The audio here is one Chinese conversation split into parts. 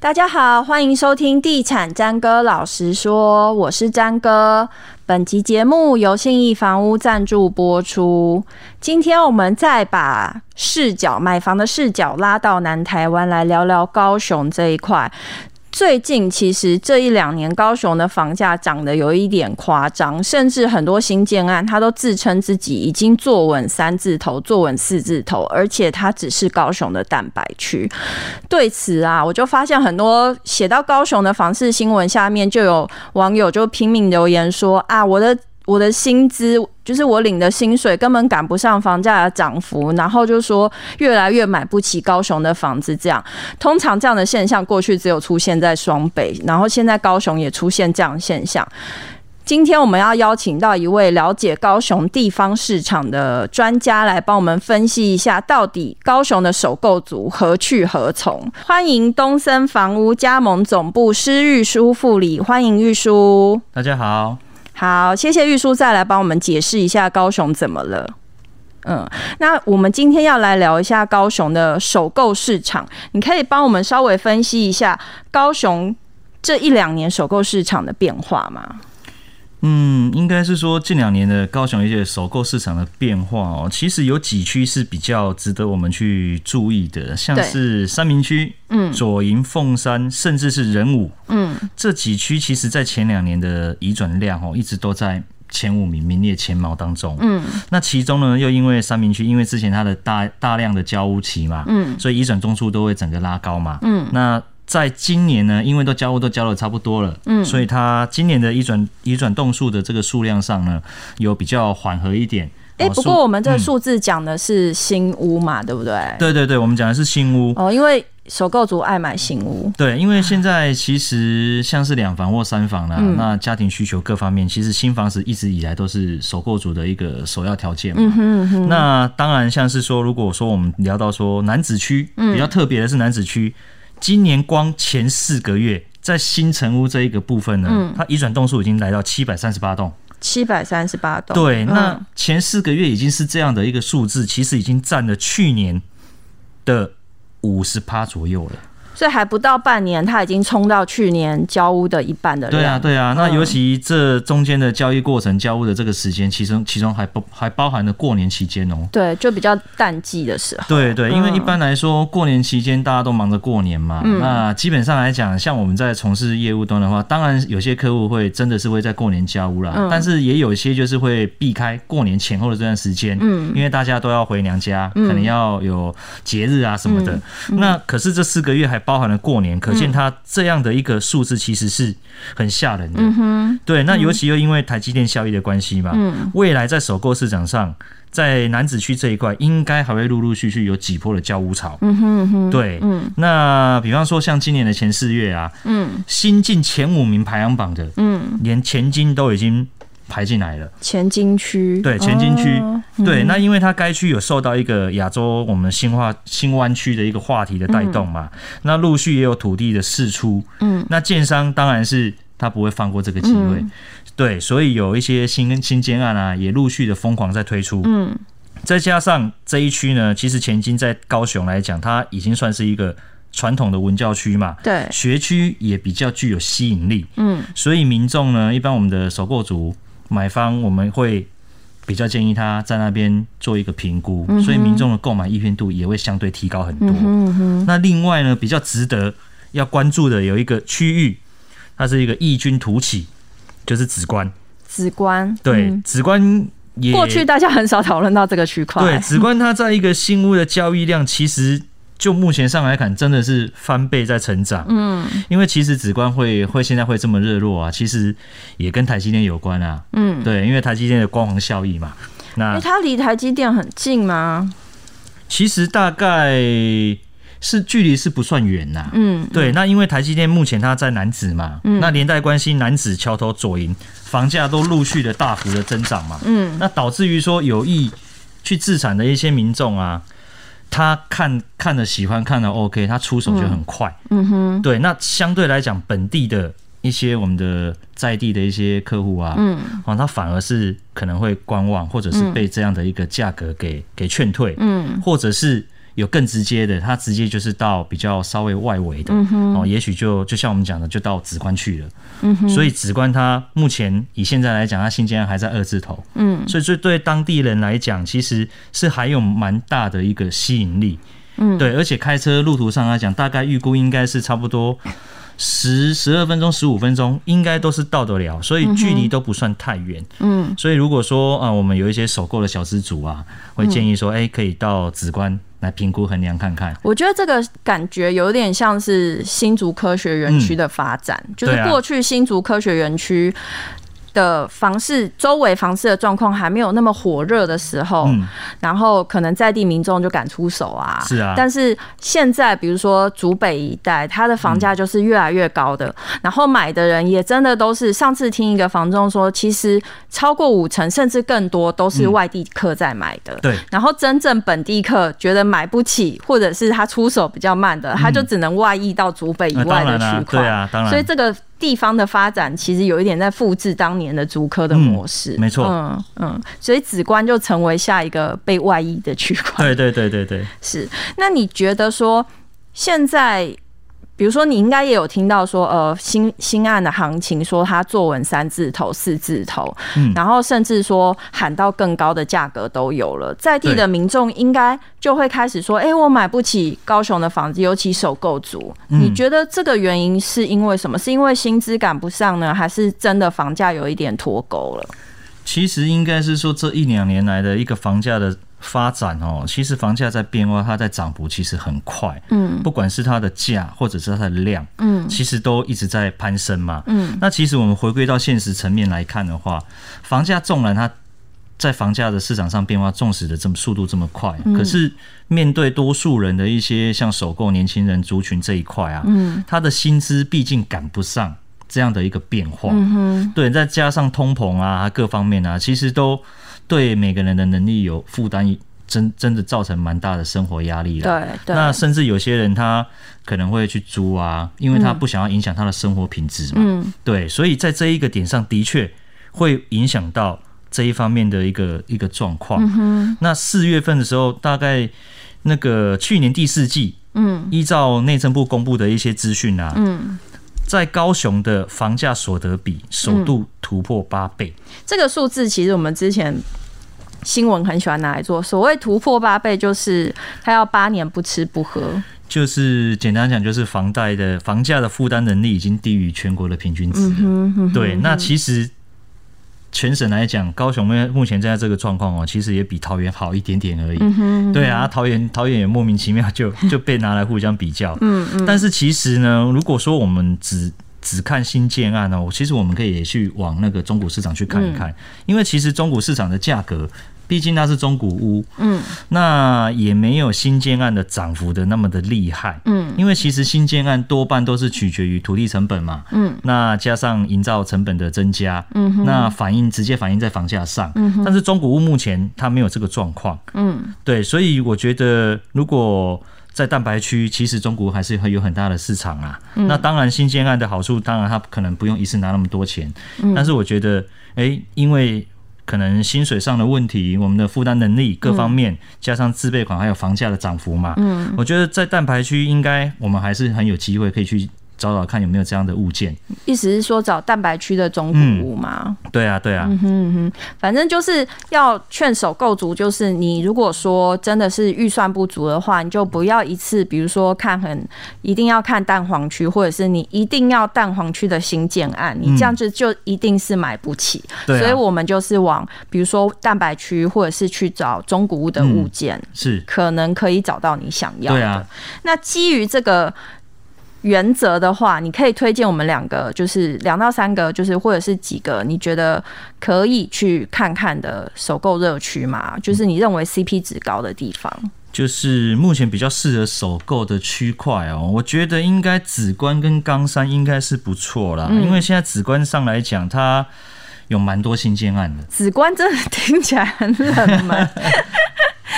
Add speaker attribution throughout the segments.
Speaker 1: 大家好，欢迎收听《地产詹哥老实说》，我是詹哥。本集节目由信义房屋赞助播出。今天我们再把视角买房的视角拉到南台湾来聊聊高雄这一块。最近其实这一两年，高雄的房价涨得有一点夸张，甚至很多新建案，它都自称自己已经坐稳三字头、坐稳四字头，而且它只是高雄的蛋白区。对此啊，我就发现很多写到高雄的房市新闻下面，就有网友就拼命留言说啊，我的我的薪资就是我领的薪水根本赶不上房价的涨幅，然后就说越来越买不起高雄的房子。这样，通常这样的现象过去只有出现在双北，然后现在高雄也出现这样的现象。今天我们要邀请到一位了解高雄地方市场的专家来帮我们分析一下，到底高雄的首购族何去何从。欢迎东森房屋加盟总部施玉书副理，欢迎玉书。
Speaker 2: 大家好，
Speaker 1: 好，谢谢玉叔再来帮我们解释一下高雄怎么了。嗯，那我们今天要来聊一下高雄的首购市场，你可以帮我们稍微分析一下高雄这一两年首购市场的变化吗？
Speaker 2: 嗯，应该是说近两年的高雄一些首购市场的变化哦，其实有几区是比较值得我们去注意的，像是三明区、嗯、左营、凤山，甚至是仁武，嗯，这几区其实在前两年的移转量哦，一直都在前五名，名列前茅当中。嗯，那其中呢，又因为三明区，因为之前它的大大量的交屋期嘛，嗯，所以移转中数都会整个拉高嘛，嗯，那。在今年呢，因为都交屋都交的差不多了，嗯，所以它今年的移转移转动数的这个数量上呢，有比较缓和一点。
Speaker 1: 诶，
Speaker 2: 哦
Speaker 1: 哎不
Speaker 2: 数
Speaker 1: 过我们这个数字讲的是新屋嘛，对不对？
Speaker 2: 对对对，我们讲的是新屋，
Speaker 1: 哦，因为首购族爱买新屋，
Speaker 2: 对，因为现在其实像是两房或三房啦，那家庭需求各方面，其实新房子一直以来都是首购族的一个首要条件嘛。那当然，像是说，如果说我们聊到说南子区，比较特别的是南子区，今年光前四个月。在新城屋这一个部分呢，它移转栋数已经来到七百三十八栋。
Speaker 1: 七百三十八栋。
Speaker 2: 对，那前四个月已经是这样的一个数字，其实已经占了去年的五十趴左右了。
Speaker 1: 所以还不到半年，它已经冲到去年交屋的一半的量。嗯
Speaker 2: 对啊，对啊，那尤其这中间的交易过程、交屋的这个时间，其中其中还包还包含了过年期间哦。
Speaker 1: 对，就比较淡季的时候。
Speaker 2: 对对，因为一般来说，过年期间大家都忙着过年嘛。那基本上来讲，像我们在从事业务端的话，当然有些客户会真的是会在过年交屋啦，但是也有一些就是会避开过年前后的这段时间，嗯，因为大家都要回娘家，可能要有节日啊什么的。那可是这四个月还包含了过年，可见它这样的一个数字其实是很吓人的。对，那尤其又因为台积电效益的关系嘛，未来在首购市场上，在南子区这一块，应该还会陆陆续续有几波的交屋潮。嗯哼哼，对，那比方说像今年的前四月啊，嗯，新进前五名排行榜的，嗯，连前金都已经排进来了。
Speaker 1: 前金区。
Speaker 2: 对，前金区，哦嗯对，那因为它该区有受到一个亚洲我们新化新湾区的一个话题的带动嘛，那陆续也有土地的释出，嗯，那建商当然是他不会放过这个机会，对，所以有一些新新建案啊，也陆续的疯狂在推出，嗯。再加上这一区呢，其实前金在高雄来讲，它已经算是一个传统的文教区嘛，
Speaker 1: 对
Speaker 2: 学区也比较具有吸引力，嗯，所以民众呢，一般我们的首购族买方，我们会比较建议他在那边做一个评估，
Speaker 1: 嗯
Speaker 2: 所以民众的购买意愿度也会相对提高很多。那另外呢，比较值得要关注的有一个区域，它是一个异军突起，就是紫关，
Speaker 1: 紫观。
Speaker 2: 对，
Speaker 1: 嗯
Speaker 2: 紫关也
Speaker 1: 过去大家很少讨论到这个区块。
Speaker 2: 对，紫观它在一个新屋的交易量，其实就目前上来看，真的是翻倍在成长。嗯，因为其实紫观会会现在会这么热络啊，其实也跟台积电有关啊。嗯，哎对，因为台积电的光环效益嘛。
Speaker 1: 因
Speaker 2: 那
Speaker 1: 为它离台积电很近嘛。
Speaker 2: 其实大概是距离是不算远呐、
Speaker 1: 嗯，
Speaker 2: 对，那因为台积电目前它在南子嘛，那连带关系南子、桥头、左营房价都陆续的大幅的增长嘛，嗯，那导致于说有意去自产的一些民众啊，他看看了喜欢，看了 OK，他出手就很快，嗯哼，对，那相对来讲本地的。一些我们的在地的一些客户啊，嗯，哦，他反而是可能会观望，或者是被这样的一个价格给、给劝退，嗯，或者是有更直接的，它直接就是到比较稍微外围的，嗯、哦，也许就就像我们讲的，就到直观去了。嗯、所以直观它目前以现在来讲，它新建案还在二字头，嗯，所以这对当地人来讲，其实是还有蛮大的一个吸引力。嗯，对，而且开车路途上来讲，大概预估应该是差不多。十十二分钟、十五分钟应该都是到得了，所以距离都不算太远。嗯，所以如果说啊，我们有一些首购的小资族啊，
Speaker 1: 嗯
Speaker 2: 会建议说，哎、欸，可以到紫观来评估衡量看看。
Speaker 1: 我觉得这个感觉有点像是新竹科学园区的发展，
Speaker 2: 嗯
Speaker 1: 就是
Speaker 2: 啊
Speaker 1: 过去新竹科学园区。的房市周围房市的状况还没有那么火热的时候，嗯、然后可能在地民众就敢出手啊。
Speaker 2: 是啊，
Speaker 1: 但是现在比如说竹北一带，它的房
Speaker 2: 嗯
Speaker 1: 价就是越来越高的，嗯、然后买的人也真的都是上次听一个房仲说，其实超过五成甚至更多都是外地客在买的。嗯、
Speaker 2: 嗯对，
Speaker 1: 然后真正本地客觉得买不起，或者是他出手比较慢的，他就只能外溢到竹北以外的区块、
Speaker 2: 嗯啊。对啊，当然，
Speaker 1: 所以这个。地方的发展其实有一点在复制当年的竹科的模式，
Speaker 2: 嗯、没错，
Speaker 1: 嗯嗯，所以紫观就成为下一个被外溢的区块。
Speaker 2: 对对对对对，
Speaker 1: 是。那你觉得说现在，比如说你应该也有听到说，呃，新新案的行情，说它坐稳三字头、四字头，嗯、然后甚至说喊到更高的价格都有了，在地的民众应该就会开始说，哎、欸，我买不起高雄的房子，尤其首购族。你觉得这个原因是因为什么？是因为薪资赶不上呢，还是真的房价有一点脱钩了？
Speaker 2: 其实应该是说这一两年来的一个房价的发展哦，其实房价在变化，它在涨幅其实很快，嗯，不管是它的价或者是它的量，嗯，其实都一直在攀升嘛，嗯。那其实我们回归到现实层面来看的话，房价纵然它在房价的市场上变化，纵使的这么速度这么快，嗯、可是面对多数人的一些像首购年轻人族群这一块啊，嗯，他的薪资毕竟赶不上。这样的一个变化，嗯、对，再加上通膨啊，各方面啊，其实都对每个人的能力有负担，真真的造成蛮大的生活压力
Speaker 1: 了。对，对
Speaker 2: 那甚至有些人他可能会去租啊，因为他不想要影响他的生活品质嘛。嗯，对，所以在这一个点上，的确会影响到这一方面的一个一个状况。嗯、那四月份的时候，大概那个去年第四季，嗯，依照内政部公布的一些资讯啊，嗯。在高雄的房价所得比首度突破八倍、嗯，
Speaker 1: 这个数字其实我们之前新闻很喜欢拿来做。所谓突破八倍，就是他要八年不吃不喝，
Speaker 2: 就是简单讲，就是房贷的房价的负担能力已经低于全国的平均值了。嗯哼嗯、哼对，那其实全省来讲，高雄目目前在这个状况哦，其实也比桃园好一点点而已。哼哼对啊，桃园桃园也莫名其妙就 就被拿来互相比较。嗯嗯。但是其实呢，如果说我们只只看新建案哦，其实我们可以也去往那个中古市场去看一看，嗯、因为其实中古市场的价格，毕竟它是中古屋，嗯，那也没有新建案的涨幅的那么的厉害，嗯，因为其实新建案多半都是取决于土地成本嘛，嗯，那加上营造成本的增加，嗯，那反映直接反映在房价上，嗯，但是中古屋目前它没有这个状况，嗯，对，所以我觉得如果在蛋白区，其实中国还是很有很大的市场啊。嗯、那当然，新建案的好处，当然它可能不用一次拿那么多钱。嗯、但是我觉得，哎、欸，因为可能薪水上的问题，我们的负担能力各方面，嗯、加上自备款还有房价的涨幅嘛，嗯，我觉得在蛋白区应该我们还是很有机会可以去找找看有没有这样的物件。
Speaker 1: 意思是说找蛋白区的中古屋吗？
Speaker 2: 对啊，对啊。
Speaker 1: 嗯哼、嗯、哼，反正就是要劝首购族，就是你如果说真的是预算不足的话，你就不要一次，比如说看很一定要看蛋黄区，或者是你一定要蛋黄区的新建案，你这样子就一定是买不起。
Speaker 2: 嗯、
Speaker 1: 所以我们就是往比如说蛋白区，或者是去找中古屋的物件，嗯、
Speaker 2: 是
Speaker 1: 可能可以找到你想要的。
Speaker 2: 对啊，
Speaker 1: 那基于这个。原则的话，你可以推荐我们两个，就是两到三个，就是或者是几个你觉得可以去看看的首购热区
Speaker 2: 嗯
Speaker 1: 嘛？就是你认为 CP 值高的地方，
Speaker 2: 就是目前比较适合首购的区块哦。我觉得应该紫观跟冈山应该是不错啦，嗯、因为现在紫观上来讲，它有蛮多新建案的。
Speaker 1: 紫观真的听起来很冷门。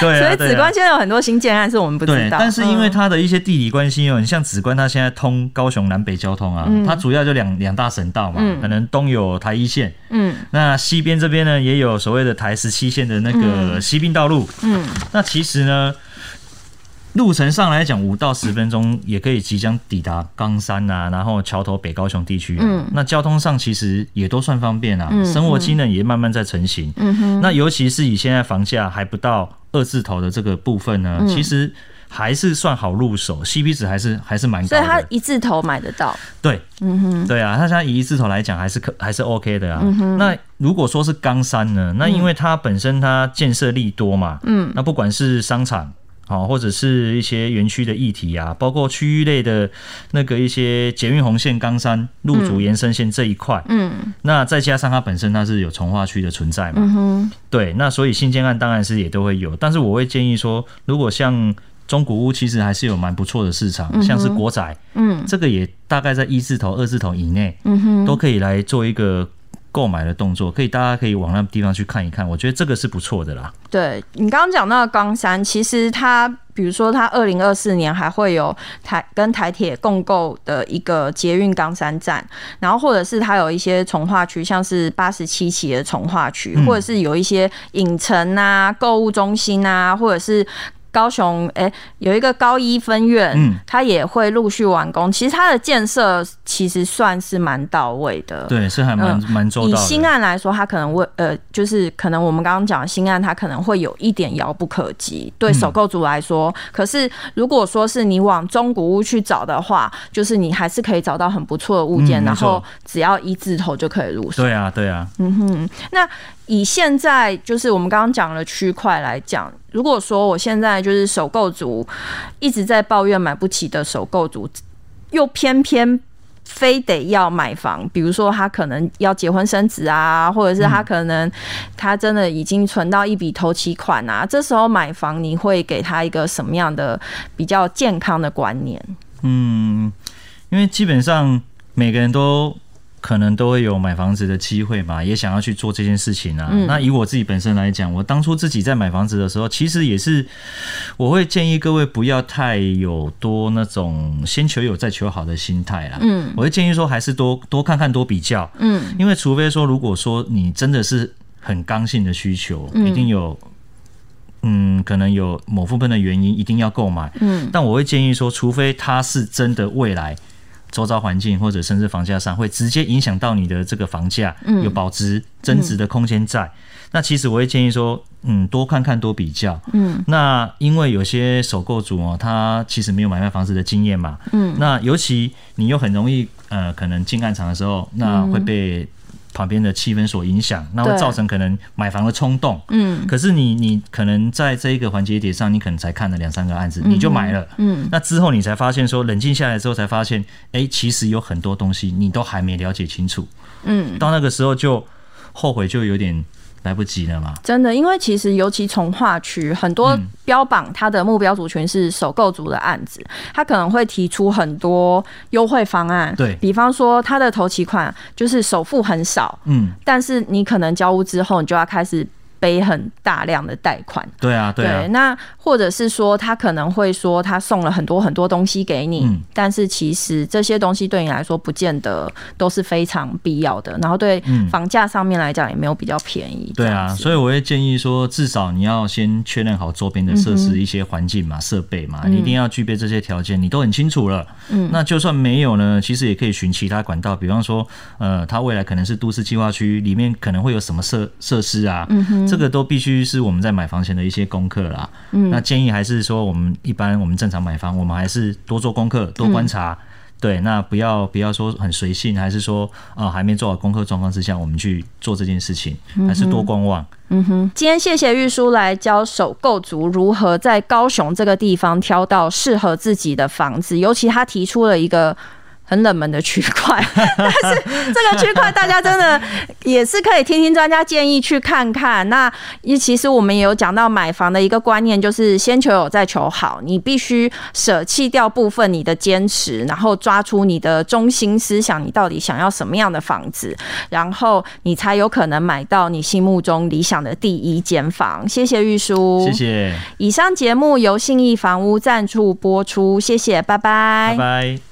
Speaker 2: 对、
Speaker 1: 啊，所以紫关现在有很多新建案是我们不知道，
Speaker 2: 对，但是因为它的一些地理关系哦，你、嗯、像紫关它现在通高雄南北交通啊，嗯、它主要就两两大省道嘛，嗯、可能东有台一线，嗯，那西边这边呢也有所谓的台十七线的那个西滨道路，嗯，那其实呢。路程上来讲，五到十分钟也可以即将抵达冈山啊，然后桥头北高雄地区、啊。嗯，那交通上其实也都算方便啊，生活机能也慢慢在成型。嗯哼，那尤其是以现在房价还不到二字头的这个部分呢，其实还是算好入手，CP 值还是还是蛮高
Speaker 1: 所以
Speaker 2: 的。
Speaker 1: 他一字头买得到，
Speaker 2: 对，嗯哼，对啊，它现在以一字头来讲还是可还是 OK 的啊。那如果说是冈山呢，那因为它本身它建设力多嘛，嗯，那不管是商场。好，或者是一些园区的议题啊，包括区域类的那个一些捷运红线、冈山、路竹延伸线这一块，
Speaker 1: 嗯，
Speaker 2: 那再加上它本身它是有从化区的存在嘛，对，那所以新建案当然是也都会有，但是我会建议说，如果像中古屋，其实还是有蛮不错的市场，像是国宅，嗯，这个也大概在一字头、二字头以内，嗯哼，都可以来做一个购买的动作，可以大家可以往那地方去看一看，我觉得这个是不错的啦。
Speaker 1: 对你刚刚讲到的冈山，其实它比如说它二零二四年还会有台跟台铁共构的一个捷运冈山站，然后或者是它有一些从化区，像是八十七期的从化区，或者是有一些影城啊、购物中心啊，或者是。高雄哎、有一个高一分院，
Speaker 2: 嗯
Speaker 1: 它也会陆续完工。其实它的建设其实算是蛮到位的，
Speaker 2: 对，是还蛮蛮、周
Speaker 1: 以
Speaker 2: 到
Speaker 1: 新
Speaker 2: 的。
Speaker 1: 案来说，它可能会呃，就是可能我们刚刚讲的新案，它可能会有一点遥不可及，对首购族来说。可是如果说是你往中古屋去找的话，就是你还是可以找到很不错的物件，
Speaker 2: 嗯
Speaker 1: 然
Speaker 2: 没错
Speaker 1: 后只要一字头就可以入手。
Speaker 2: 对啊，对啊，
Speaker 1: 以现在就是我们刚刚讲的区块来讲，如果说我现在就是首购族一直在抱怨买不起的首购族，又偏偏非得要买房，比如说他可能要结婚生子啊，或者是他可能他真的已经存到一笔头期款啊，这时候买房你会给他一个什么样的比较健康的观念？
Speaker 2: 嗯，因为基本上每个人都可能都会有买房子的机会嘛，也想要去做这件事情啊。那以我自己本身来讲，我当初自己在买房子的时候，其实也是我会建议各位不要太有多那种先求有再求好的心态啦。嗯，我会建议说还是多多看看多比较。嗯，因为除非说如果说你真的是很刚性的需求，一定有。嗯，可能有某部分的原因一定要购买，嗯，但我会建议说，除非它是真的未来周遭环境或者甚至房价上会直接影响到你的这个房价，有保值增值的空间在。那其实我会建议说，嗯，多看看，多比较，嗯，那因为有些首购族哦，他其实没有买卖房子的经验嘛，嗯，那尤其你又很容易呃，可能进暗场的时候，那会被。旁边的气氛所影响，那会
Speaker 1: 对
Speaker 2: 造成可能买房的冲动。嗯，可是你你可能在这一个环节点上，你可能才看了两三个案子，你就买了。嗯，那之后你才发现说，冷静下来之后才发现，哎、其实有很多东西你都还没了解清楚。嗯，到那个时候就后悔就有点来不及了嘛。
Speaker 1: 真的，因为其实尤其从化区，很多
Speaker 2: 嗯
Speaker 1: 标榜它的目标族群是首购族的案子，它可能会提出很多优惠方案，
Speaker 2: 对
Speaker 1: 比方说它的头期款就是首付很少，
Speaker 2: 嗯，
Speaker 1: 但是你可能交屋之后，你就要开始背很大量的贷款。
Speaker 2: 对啊，对啊，
Speaker 1: 那或者是说，他可能会说他送了很多很多东西给你，
Speaker 2: 嗯
Speaker 1: 但是其实这些东西对你来说不见得都是非常必要的，然后对
Speaker 2: 嗯
Speaker 1: 房价上面来讲也没有比较便宜。
Speaker 2: 对
Speaker 1: 这
Speaker 2: 啊，
Speaker 1: 样子
Speaker 2: 所以我会建议说，至少你要先确认好周边的设施、一些环境嘛、设备嘛，你一定要具备这些条件，你都很清楚了。嗯，那就算没有呢，其实也可以寻其他管道，比方说，呃，它未来可能是都市计划区里面可能会有什么设设施啊，嗯、这个都必须是我们在买房前的一些功课啦。嗯，那建议还是说，我们一般我们正常买房，我们还是多做功课，多观察。对，那不要不要说很随性，还是说啊、呃还没做好功课状况之下，我们去做这件事情，还是
Speaker 1: 嗯
Speaker 2: 多观望。
Speaker 1: 今天谢谢玉叔来教首购族如何在高雄这个地方挑到适合自己的房子，尤其他提出了一个。很冷门的区块， 但是这个区块大家真的也是可以听听专家建议去看看。那一其实我们也有讲到买房的一个观念，就是先求有再求好，你必须舍弃掉部分你的坚持，然后抓出你的中心思想，你到底想要什么样的房子。然后你才有可能买到你心目中理想的第一间房。谢谢玉叔，
Speaker 2: 谢。谢，
Speaker 1: 以上节目由信义房屋赞助播出，谢谢，拜拜
Speaker 2: 拜拜。